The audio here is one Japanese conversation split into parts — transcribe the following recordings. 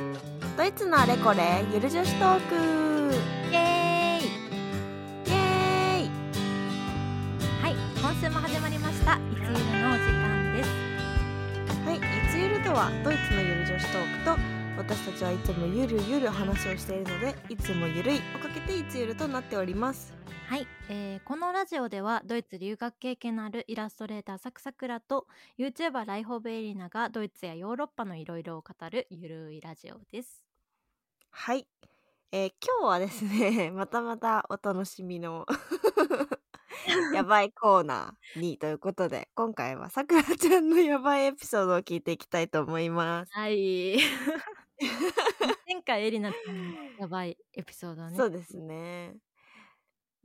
イツのあれこれゆる女子トークイエーイイエーイはい今週も始まりましたいつゆるのお時間ですはい、いつゆるとはドイツのゆる女子トークと私たちはいつもゆるゆる話をしているのでいつもゆるいをかけていつゆるとなっておりますはい、えーこのラジオではドイツ留学経験のあるイラストレーターサクサクラと YouTuber ライホベエリナがドイツやヨーロッパのいろいろを語るゆるいラジオですはい、えー今日はですね またまたお楽しみの やばいコーナーにということで今回はさくらちゃんのやばいエピソードを聞いていきたいと思いますはい 前回エリナちゃんのやばいエピソードをねそうですね。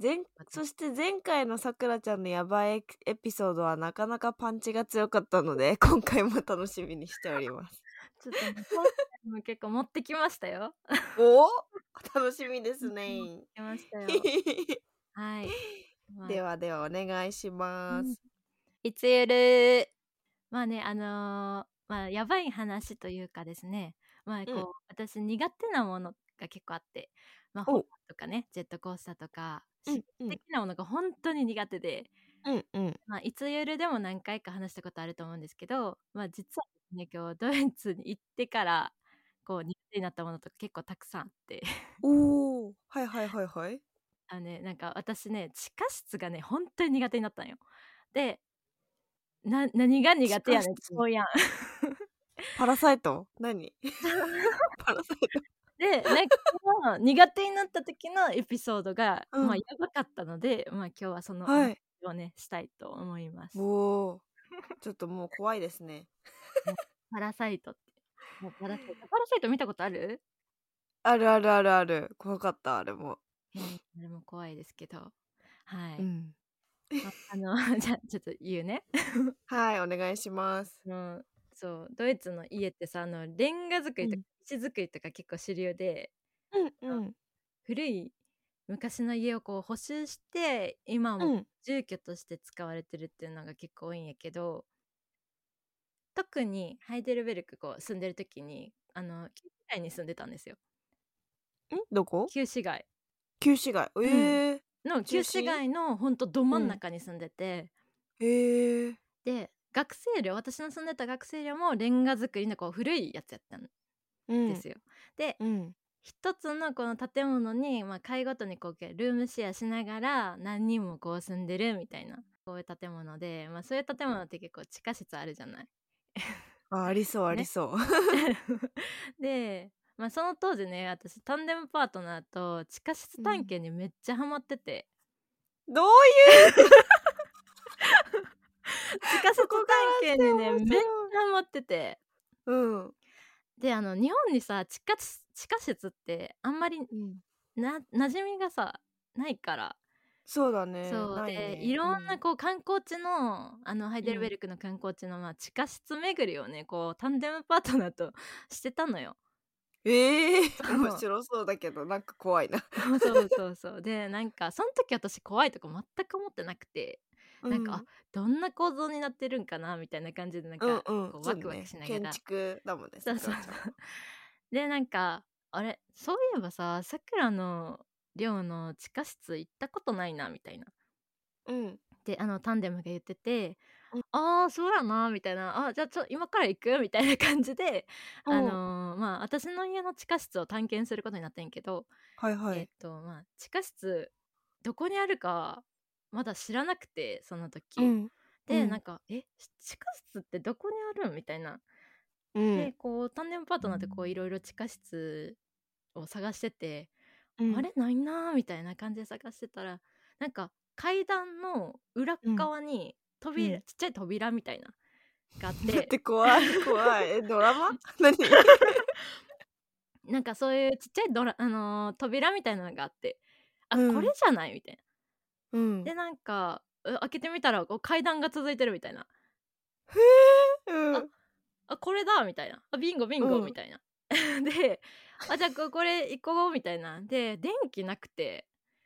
前そして前回のさくらちゃんのやばいエピソードはなかなかパンチが強かったので 今回も楽しみにしております。ちょっとね今回も結構持ってきましたよ おお楽しみですね。来ました よ はい、まあではではお願いしまうんす。いつゆるまあねあのーまあやばい話というかですねまあこう、うん私苦手なものが結構あってまあおホバーとかねジェットコースターとか刺うん激的なものが本当に苦手で、うんうんまあいつゆるでも何回か話したことあると思うんですけどまあ実はですね今日ドイツに行ってからこう苦手になったものとか結構たくさんあっておおはいはいはいはい。あのねなんか私ね地下室がね本当に苦手になったんよでな何が苦手やね地ん下室そうやんパラサイト何 パラサイトでなんかその苦手になった時のエピソードが、うんまあやばかったので、まあ、今日はそのは話い。をね、したいと思います。おおちょっともう怖いですね。パラサイトってもうパラサイ トパラサイト見たことある？あるあるあるある怖かったあれも。もうあれも怖いですけど、はい。うんああの じゃあちょっと言うね。はいお願いします。あのそうドイツの家ってさあのレンガ造りうとかん石造りとか結構主流で、うんうん。古い昔の家をこう補修して今もうん、住居として使われてるっていうのが結構多いんやけど特にハイデルベルクこう住んでる時にあの旧市街に住んでたんですよどこ旧市街旧市街えー、の旧中心市街のほんとど真うんん中に住んでて、えー、で学生寮私の住んでた学生寮もレンガ造りのこう古いやつやったんうんですよ、でうん一つのこの建物に、まあ、階ごとにこうルームシェアしながら何人もこう住んでるみたいなこういう建物で、まあ、そういう建物って結構地下室あるじゃない あありそうありそう、 で、まあ、その当時ね私タンデムパートナーと地下室探検にめっちゃハマってて、どう地下室探検にねめっちゃハマってていううん、であの日本にさ地下室地下室ってあんまりうん、な馴染みがさないから、そうだね そうないでねいろんなうこう観光地のあのハイデルベルクの観光地の、まあ、地下室巡りをねこうタンデムパートナーとしてたのよ。ええそうー、面白そうだけどなんか怖い な そうそうそうそうでなんかその時私怖いとか全く思ってなくてなんか、あどんな構造になってるんかなみたいな感じでなんか、うんうんこうんうワクワクしながそうだね、ら建築だもんねそうそう桜ちゃんはでなんかあれそういえばささくらの寮の地下室行ったことないなみたいなうんであのタンデムが言ってて、うんああそうやなみたいなあじゃあちょ今から行くみたいな感じで、あのーまあ私の家の地下室を探検することになったんやけど、はいはえっいとまあ地下室どこにあるかまだ知らなくてその時、んで、うんなんか「え地下室ってどこにあるん?」みたいなうでんこうタンデムパートナーってこういろいろ地下室を探してて、うんあれないなーみたいな感じで探してたらなんか階段の裏っ側に扉、うんちっちゃい扉みたいな があっだってて怖い 怖いえドラマ何なんかそういうちっちゃいドラ、あのー扉みたいなのがあってあ、うんこれじゃないみたい うんなでなんかう開けてみたらこう階段が続いてるみたいなうんあこれだみたいなあビンゴビンゴ、うんみたいな であじゃあここれ行こうみたいなで電気なくて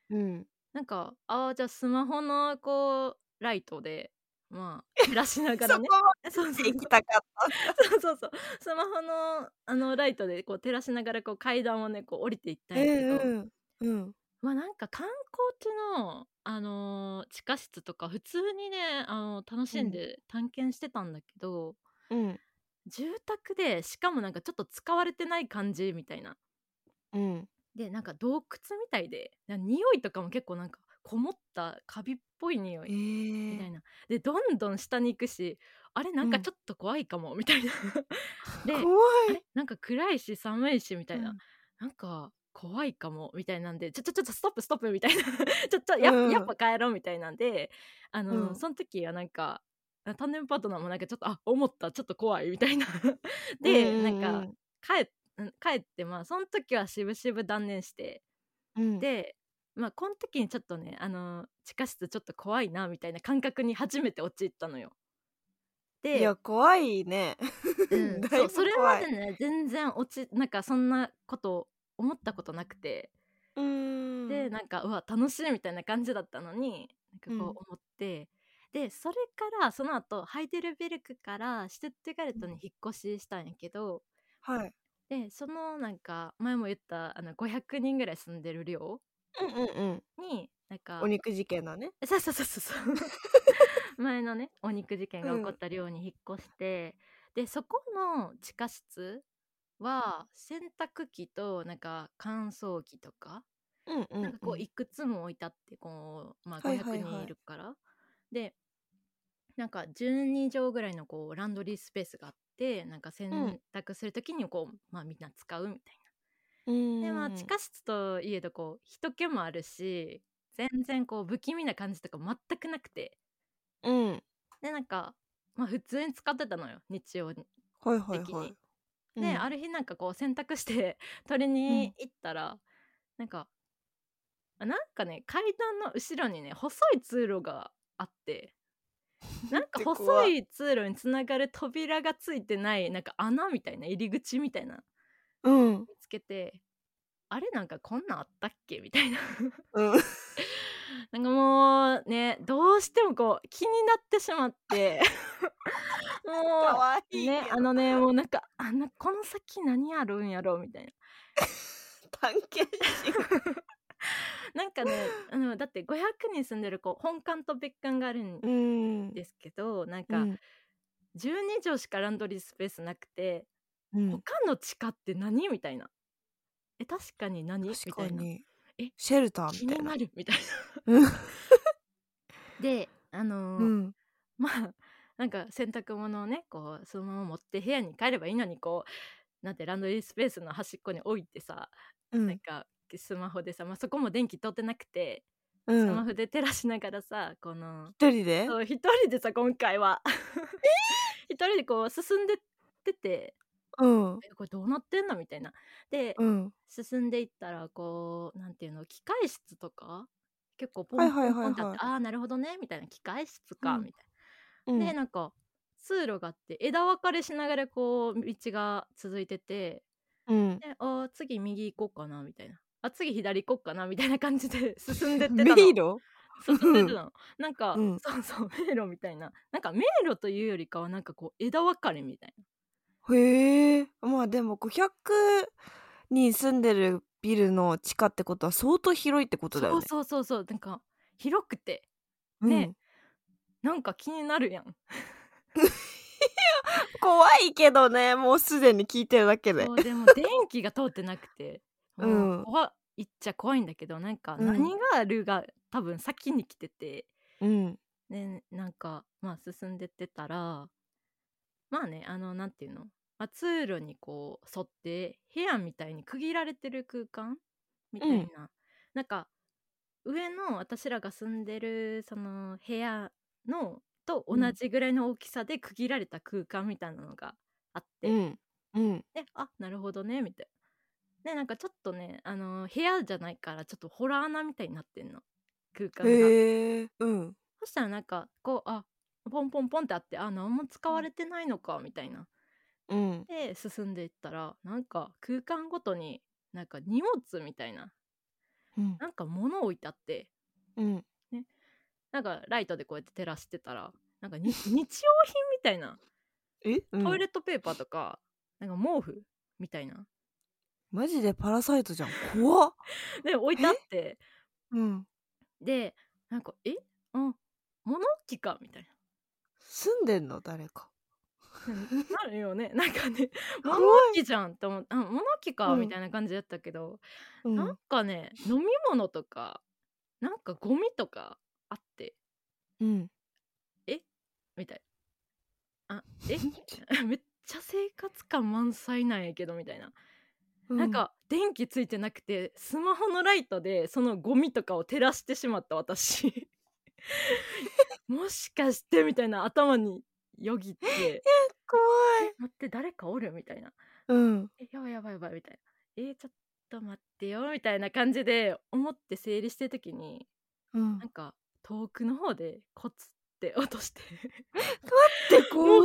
うんなんかあーじゃあスマホのこうライトで、まあ照らしながそらこねまそうそうで行きたかった。 そうそうそうスマホのあのライトでこう照らしながらこう階段をねこう降りていったんやけど、んうん。まあなんか観光地の、あのー地下室とか普通にね、あのー楽しんで探検してたんだけど、うん。住宅でしかもなんかちょっと使われてない感じみたいなうん。でなんか洞窟みたいでな匂いとかも結構なんかこもったカビっぽい匂えいみたいな、でどんどん下に行くしあれなんかちょっと怖いかもみたいな、 で怖あい。れなんか暗いし寒いしみたいな、うんなんか怖いかもみたいなんでちょちょちょちょストップストップみたいな ちょちょや,、うんやっぱ帰ろうみたいなんであの、うんその時はなんかあタンデムパートナーもなんかちょっとあ思ったちょっと怖いみたいな で、なんか帰っ帰ってまあその時はしぶしぶ断念してうん、でまあこの時にちょっとねあの地下室ちょっと怖いなみたいな感覚に初めて陥ったのよ。でいや怖いね。 う んだいぶそうそれま怖いでね全然落ちなんかそんなこと思ったことなくて、うーん。でなんかうわ楽しいみたいな感じだったのになんかこううん思って、でそれからその後ハイデルベルクからシュテットガルトに引っ越ししたんやけどはい。でそのなんか前も言ったあの500人ぐらい住んでる寮うんうんうん。になんかお肉事件だね。そうそうそうそう 前のねお肉事件が起こった寮に引っ越して、でそこの地下室は洗濯機となんか乾燥機とか、うんうん、なんかこういくつも置いたってこう、まあ、はいはいはい500人いるから、でなんか12畳ぐらいのこうランドリースペースがあってなんかう洗ん濯する時にこう、まあ、みんな使うみたいな。うん。でまあ地下室といえどこう人気もあるし全然こう不気味な感じとか全くなくてうん。はいでなんか、まあ、普通に使ってたのよ日曜に。はいはい。的にうで、んある日なんかこう洗濯して取りに行ったら、なんかあなんかね階段の後ろにね細い通路があってなんか怖っ細い通路につながる扉がついてないなんか穴みたいな入り口みたいなうん。見つけてあれなんかこんなんあったっけみたいな うん。なんかもうねどうしてもこう気になってしまって もう可愛いい。ねあのねもうなんかあのこの先何あるんやろみたいな探検心。なん かねあのだって500人住んでる子本館と別館があるんうん。ですけどなんか12畳しかランドリースペースなくて、うん。他の地下って何みたいなえ確かに何確かみたいにえ。シェルタなー気みたいになな。るみたいな うんであのーうん。まあなんか洗濯物をねこうそのまま持って部屋に帰ればいいのにこうなんてランドリースペースの端っこに置いてさ、うなんん。かスマホでさ、まあ、そこも電気通ってなくて、うスマん。ホで照らしながらさこの一人で。そう一人でさ今回は 一人でこう進んでっててうん。えこれどうなってんのみたいなで、うん。進んでいったらこうなんていうの機械室とか結構ポはいンはポいはいンポはいンってあって、ああーなるほどねみたいな機械室か、うんみたいうんなでなんか通路があって枝分かれしながらこう道が続いててうん。であー次右行こうかなみたいなあ次左行こうかなみたいな感じで進んでってた の迷路。そうそうそうそう なんか、うんそうそう迷路みたいななんか迷路というよりかはなんかこう枝分かれみたいへえまあでも500人住んでるビルの地下ってことは相当広いってことだなよそうね。そうそうそうなんか広くてうんねなんか気になるやん怖いけどねもうすでに聞いてるだけでそ。うでも電気が通ってなくて、 ううんん、怖いっちゃ怖いんだけどなんかうん何があるが、多分先に来ててうんでなんかまあ進んでってたらまあねあのなんていうの、まあ、通路にこう沿って部屋みたいに区切られてる空間みたいな、うんなんか上の私らが住んでるその部屋のと同じぐらいの大きさで区切られた空間みたいなのがあって、うんうんであなるほどねみたいなでなんかちょっとねあの部屋じゃないからちょっとホラー穴みたいになってんの空間が、へえうんそしたらなんかこうあポンポンポンってあってあ何も使われてないのかみたいなうんで進んでいったらなんか空間ごとになんか荷物みたいなうんなんか物置いてあってうんなんかライトでこうやって照らしてたらな んかに日用品みたいなえ、うんトイレットペーパーとか、なんか毛布みたいなマジでパラサイトじゃん怖っで置いてあってうんでなんかえうん物置かみたいな住んでんの誰か なるよねなんかね怖物い置じゃんって思ってあ物置か、うんみたいな感じだったけど、うなんかね飲み物とかなんかゴミとかあってうんみたいあ えめっちゃ生活感満載なんやけどみたいな、なんか電気ついてなくてスマホのライトでそのゴミとかを照らしてしまった 私もしかしてみたいな頭によぎって怖い待って誰かおるみたいなうんえやばいやばいやばいみたいなえーちょっと待ってよみたいな感じで思って整理してる時にうんなんか遠くの方でコツって落として で怖っ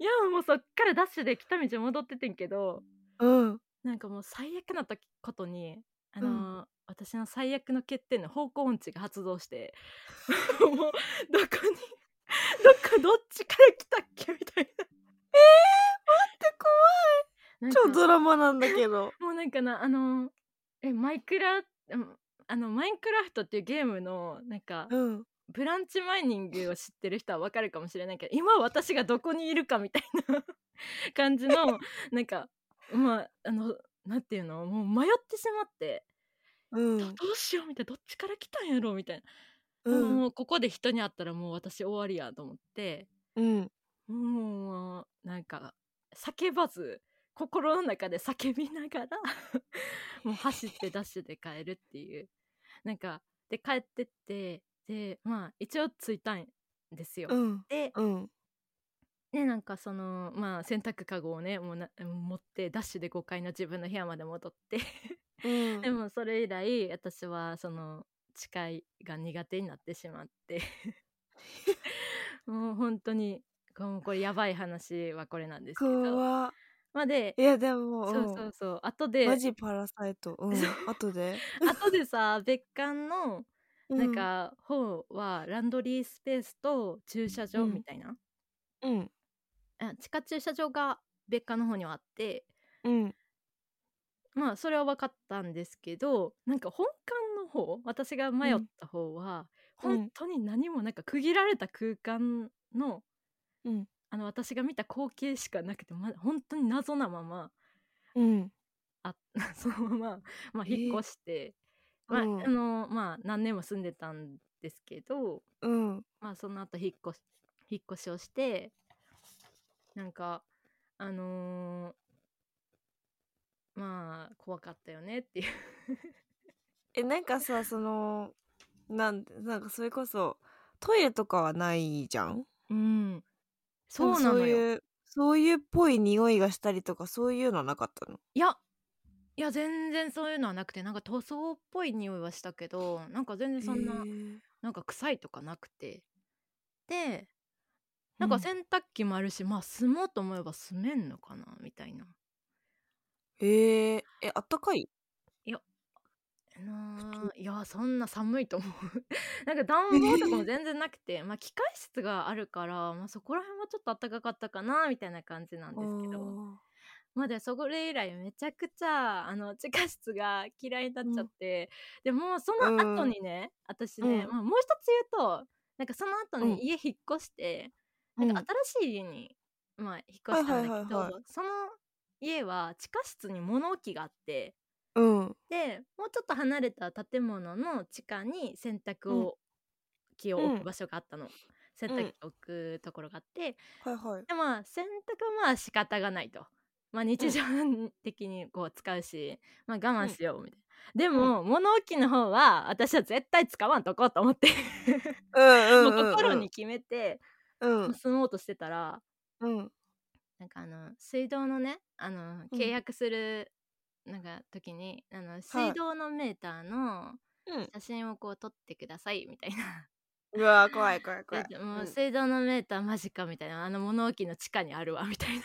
いやもうそっからダッシュで来た道戻っててんけどうんなんかもう最悪な時ことにあのー私の最悪の欠点の方向音痴が発動して もうどこにどこどっちから来たっけみたいで怖ないなんか超ドラマなんだけどもうなんかなあのえマイクラうんあのマインクラフトっていうゲームのなんかうんブランチマイニングを知ってる人はわかるかもしれないけど今私がどこにいるかみたいな 感じのなんかまああのなんていうのもう迷ってしまって、うん どうしようみたいなどっちから来たんやろうみたいな、うんもうここで人に会ったらもう私終わりやと思ってうんもうなんか叫ばず心の中で叫びながらもう走ってダッシュで帰るっていうなんかで帰ってってでまあ一応着いたんですよ。 うんでうんねなんかそのまあ洗濯かごをねもうな持ってダッシュで5階の自分の部屋まで戻ってうん でもそれ以来私はその誓いが苦手になってしまって もう本当にこうこれやばい話はこれなんですけど怖っまあでいやでもそううんそうそう後でマジ パラサイトうんそう 後 で後でさ別館のうなんか方はランドリースペースと駐車場うんみたいな、うんあ地下駐車場が別館の方にはあってうんまあそれは分かったんですけどなんか本館の方私が迷った方は、うん本当に何もなんか区切られた空間のうんあの私が見た光景しかなくて、ま、本当に謎なまま うんあそのまま、まあ、えー引っ越して、まあうんあのまあ、何年も住んでたんですけど、 うんまあ、その後引っ越し引っ越しをしてなんかあのーまあ怖かったよねっていうえなんかさそのなんなんかそれこそトイレとかはないじゃんうん。そうなのそうよ。いいうそういうっぽい匂いがしたりとかそういうのはなかったのや、いや、全然そういうのはなくて、なんか塗装っぽい匂いはしたけど、なんか全然そんな、なんか臭いとかなくて。で、なんか洗濯機もあるし、まあ、住もうと思えば住めんのかな、みたいな。えー、えあったかいあのーいやそんな寒いと思う なんか暖房とかも全然なくてまあ機械室があるから、まあ、そこら辺はちょっと暖かかったかなみたいな感じなんですけどまあでそれ以来めちゃくちゃあの地下室が嫌いになっちゃって、でもうその後にね、私ね、うんまあ、もう一つ言うとなんかその後うんに家引っ越して、あーなんか新しい家に、まあ、引っ越したんだけど、はいはいはいはその家は地下室に物置があってうんうんでもうちょっと離れた建物の地下に洗濯うんを、機を置く場所があったの、洗う濯ん機を置くところがあって、はいはいでまあ洗濯はまあ仕方がないと。まあ日常的にこう使うし、まあ我慢しようみたいな。でも、物置の方は私は絶対使わんとこうと思って、うんう もんうんう心に決めて、うん まあ住もうとしてたら、うんなんかあの水道のね、あのうん契約するなんか時に、あの水道のメーターのうん写真をこう撮ってくださいみたいなうわー怖い怖い怖いでもううん水道のメーターマジかみたいなあの物置の地下にあるわみたいな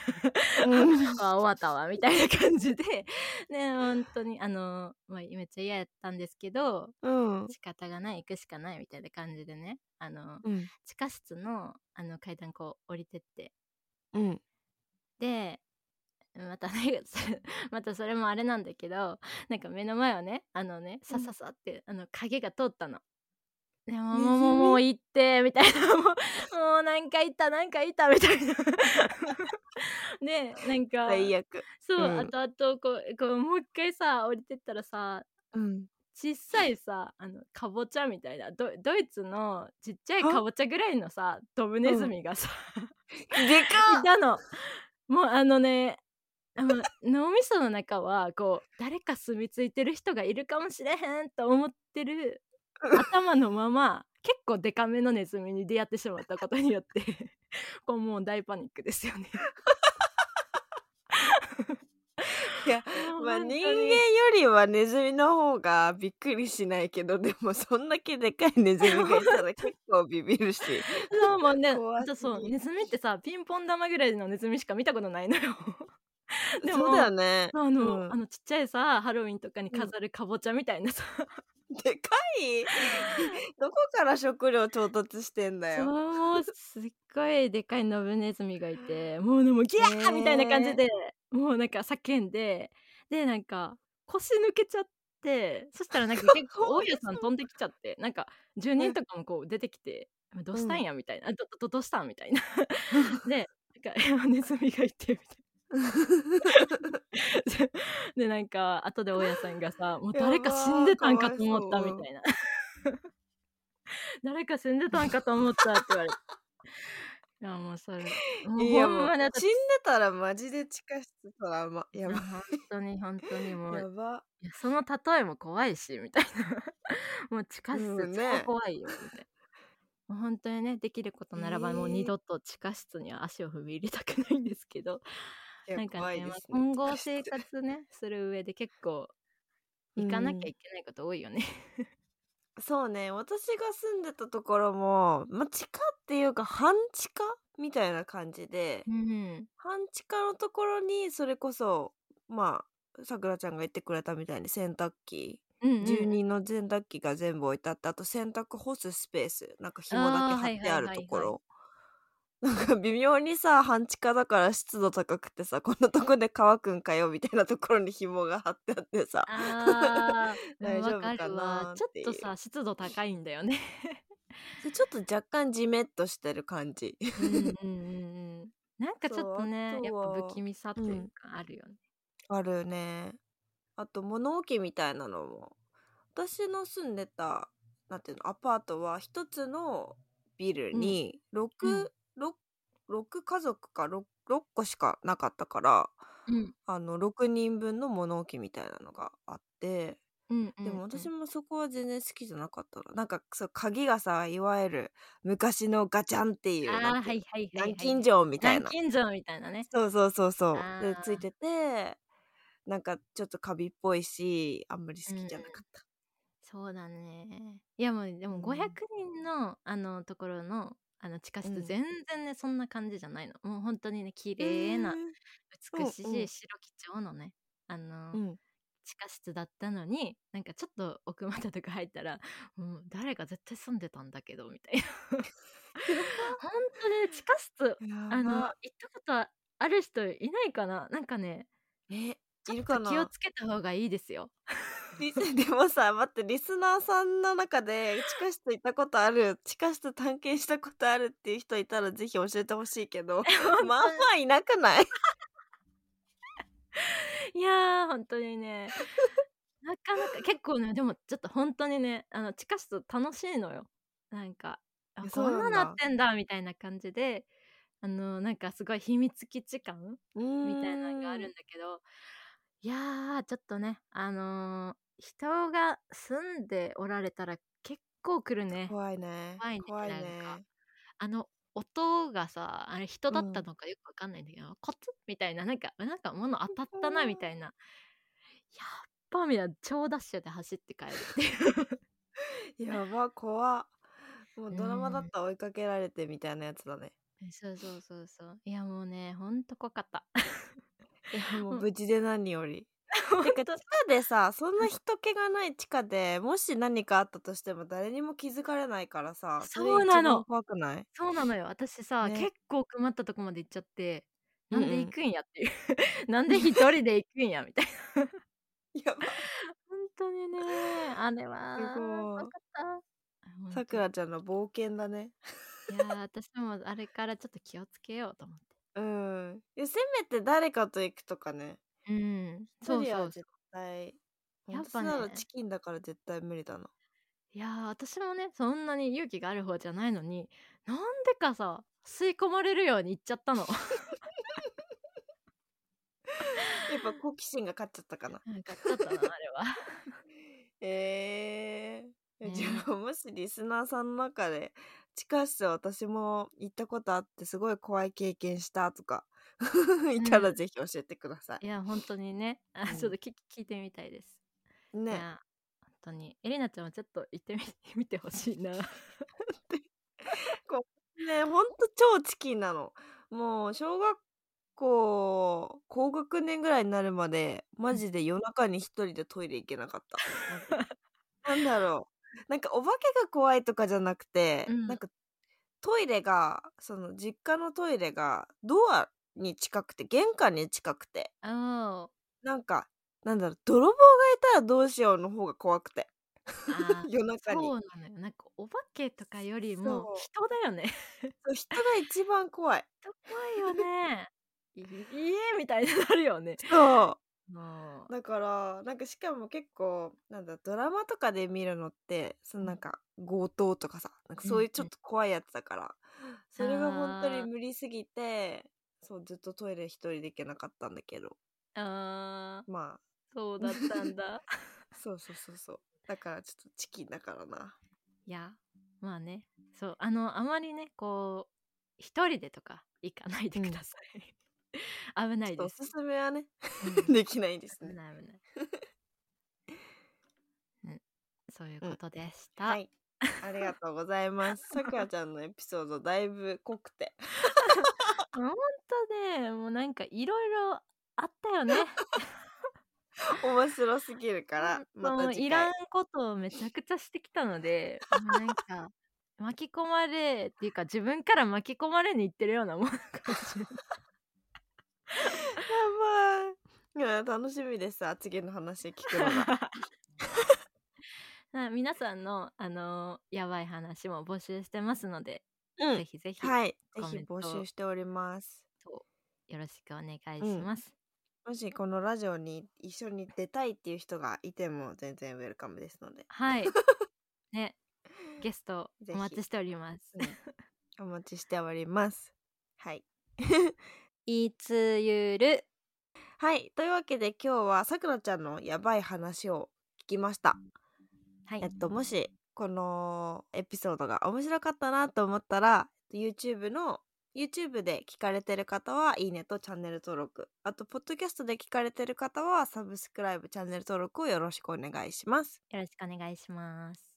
うんあ終わったわみたいな感じでね本当にあの、まあ、めっちゃ嫌やったんですけどうん仕方がない行くしかないみたいな感じでねあのうん地下室のあの階段こう降りてってうんでまたね またそれもあれなんだけどなんか目の前をねあのねさささって、あの影が通ったの。でもうネズミもうもうもう行ってみたいな もうもうなんか行ったなんか行ったみたいな。 でなんか最悪そう、うんあとあとこうこうもう一回さ降りてったらさ うん小さいさあのかぼちゃみたいなドドイツのちっちゃいかぼちゃぐらいのさドブネズミがさ、でかいたのもうあのねあの脳みその中はこう誰か住み着いてる人がいるかもしれへんと思ってる頭のまま結構デカめのネズミに出会ってしまったことによって こうもう大パニックですよね。いやもうまあ本当に人間よりはネズミの方がびっくりしないけどでもそんだけでかいネズミがいたら結構ビビ るしそうもうね怖すぎそうそうネズミってさピンポン玉ぐらいのネズミしか見たことないのよ。でもそうだよねあの,、うんあのちっちゃいさハロウィンとかに飾るかぼちゃみたいなさ、でかい どこから食料調達してんだそうよもうすっごいでかいノブネズミがい てもうでもギャねーえみたいな感じで、もうなんか叫んででなんか腰抜けちゃってそしたらなんか結構大家さん飛んできちゃってなんか住人とかもこう出てきて「どうしたんや」みたいな「どどどうしたん?」みたいなで なんかネズミがいてみたいな。 でなんか後で大家さんが さもう誰か死んでたんかと思ったみたいな 誰か死んでたんかと思ったって言われて いやもうそれもういいやほもんうまに死んでたらマジで地下室トラウマやば本当に本当にも うやばいやその例えも怖いしみたいな もう地下室うんね超怖いよみたいな。もう本当にねできることならば、もうえー二度と地下室には足を踏み入れたくないんですけどいやなんか怖いねですまあね地今後下室生活ねする上で結構行かなきゃいけないこと多いよね。そうね私が住んでたところも、まあ、地下っていうか半地下みたいな感じで、うん、半地下のところにそれこそまあさくらちゃんが言ってくれたみたいに洗濯機、 うんうん住人の洗濯機が全部置いてあってあと洗濯干すスペースなんか紐だけあー貼ってあるはいはいはいはいところ。 なんか微妙にさ半地下だから湿度高くてさこんなとこで乾くんかよみたいなところに紐が張ってあってさあ ー大丈わ夫かなかるわちょっていうっとさ湿度高いんだよね。でちょっと若干ジメッとしてる感じうんうんうんうん なんかちょっとねそうあとはやっぱ不気味さというかあるよね。あるねあと物置みたいなのも私の住んでたなんていうのアパートは一つのビルに6、うん六六家族か 6, 六個しかなかったからうんあの6人分の物置みたいなのがあってうんうんでも私うんもそこは全然好きじゃなかったななんかそう鍵がさいわゆる昔のガチャンっていうあなあんてはいいうはいはい、はい、南京錠みたいな南京錠みたいなね。 そうそうそうそうあでーついててなんかちょっとカビっぽいしあんまり好きじゃなかった、そうだね。いやもうでうもん500人のあのところのあの地下う室ん全然ねそんな感じじゃないの。もう本当にね綺麗な美しいし、うんうん白基調のねあの、うん地下室だったのになんかちょっと奥まったとか入ったらもう誰が絶対住んでたんだけどみ たいな。 本当ね地下室あやの行っばたことある人いないかななんかねえいちょるっかと気をなつけた方がいいですよ。リス でもさ待ってリスナーさんの中で地下室行ったことある地下室探検したことあるっていう人いたらぜひ教えてほしいけ どまあまあいなくない いやー本当にねなかなか結構ねでもちょっと本当にねあの地下室楽しいのよなんかあいやこんそなうなんだなってんだみたいな感じであのなんかすごい秘密基地感みたいなのがあるんだけどいやーちょっとねあのー人が住んでおられたら結構来るね怖いね怖いね怖いねなんかあの音がさあれ人だったのかよくわかんないんだけど、コツみたいななんかなんか物当たったなみたいなやっ ぱみたいな超ダッシュで走って帰るっていうやば怖もうドラマだったら追いかけられてみたいなやつだね。そうそうそうそういやもうねほんと怖かった いやもう無事で何より。本てか地当下でさそんな人気がない地下でもし何かあったとしても誰にも気づかれないからさそれそう一なの番怖く ないそうなのよ私さ、ね結構困ったとこまで行っちゃってうなんんで行くんやっていう なんで一人で行くんやみたいな やば本当にねあれはすごい怖かった本当にさくらちゃんの冒険だね。いやー私もあれからちょっと気をつけようと思っうん。いやせめて誰かと行くとかね。てうんそそううそはうそう絶対。やっ私ぱねならチキンだから絶対無理だな。いやー私もねそんなに勇気がある方じゃないのになんでかさ吸い込まれるように行っちゃったのやっぱ好奇心が勝っちゃったかな。 なんかちょっとなあれはえー、ねじゃあ もしリスナーさんの中で地下室私も行ったことあってすごい怖い経験したとか いたらぜひ教えてくださいや本当にねあうんちょっと聞き聞いてみたいです、い。いねや本当にエリナちゃんもちょっと行ってみ 見てほしい なねほんと超チキンなの。もう小学校高学年ぐらいになるまでマジで夜中に一人でトイレ行けなかった。 なんかなんだろうなんかお化けが怖いとかじゃなくて、うんなんかトイレがその実家のトイレがドアに近くて玄関に近くてあなんかなんだろう泥棒がいたらどうしようの方が怖くてー夜中にそうなのよなんかお化けとかよりそもう人だよね そう人が一番怖い人怖いよねいいえみたいになるよねそうもうだからなんかしかも結構なんだドラマとかで見るのってそのなんか強盗とかさなんかそういうちょっと怖いやつだから、それが本当に無理すぎてそうずっとトイレ一人で行けなかったんだけどあーまそうだったんだあそうそうそうそうだからちょっとチキンだからないやまあねそうあのあまりねこう一人でとか行かないでください、 危なちょいっとでおすすすめはね うんできないです危ねない危ない。 うん、そういうことでした。はいありがとうございますさくらちゃんのエピソードだいぶ濃く て本当ね、もうなんかいろいろあったよね。面白すぎるからまもたうい次らん回ことをめちゃくちゃしてきたの で、もうなんか巻き込まれっていうか自分から巻き込まれに行ってるようなもんかもしれない。やばいい や楽しみですあ次の話聞くのが な皆さんのあのーやばい話も募集してますので、うぜんひぜひ、はいぜコメントひ募集しておりますよろしくお願いうんします。もしこのラジオに一緒に出たいっていう人がいても全然ウェルカムですので、 はい。ね、ゲストぜおひ待ちしております。うんお待ちしておりますはいいつゆるはいというわけで今日はさくらちゃんのやばい話を聞きましたはいえっともしこのエピソードが面白かったなと思ったら YouTube の YouTube で聞かれてる方はいいねとチャンネル登録あとポッドキャストで聞かれてる方はサブスクライブチャンネル登録をよろしくお願いしますよろしくお願いします。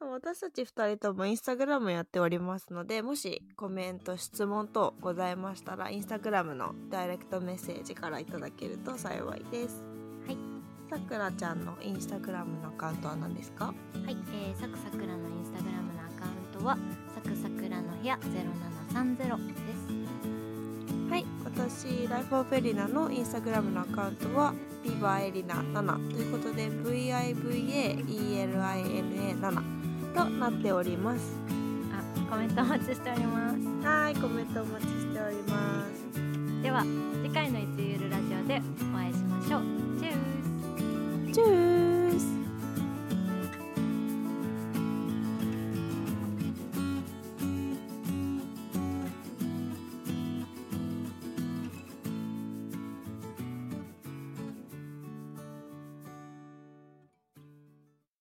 私たち2人ともインスタグラムやっておりますのでもしコメント質問等ございましたらインスタグラムのダイレクトメッセージからいただけると幸いですはいさくらちゃんのインスタグラムのアカウントは何ですかはい、えー、サクサクラのインスタグラムのアカウントはサクサクラの部屋ゼロ七三ゼロです。はい私ライフオフェリナのインスタグラムのアカウントはビバエリナ7ということで VIVAELINA7 となっておりますあ、コメントお待ちしております。はいコメントお待ちしておりますでは次回のいつゆるラジオでお会いしましょう。チュース。チュー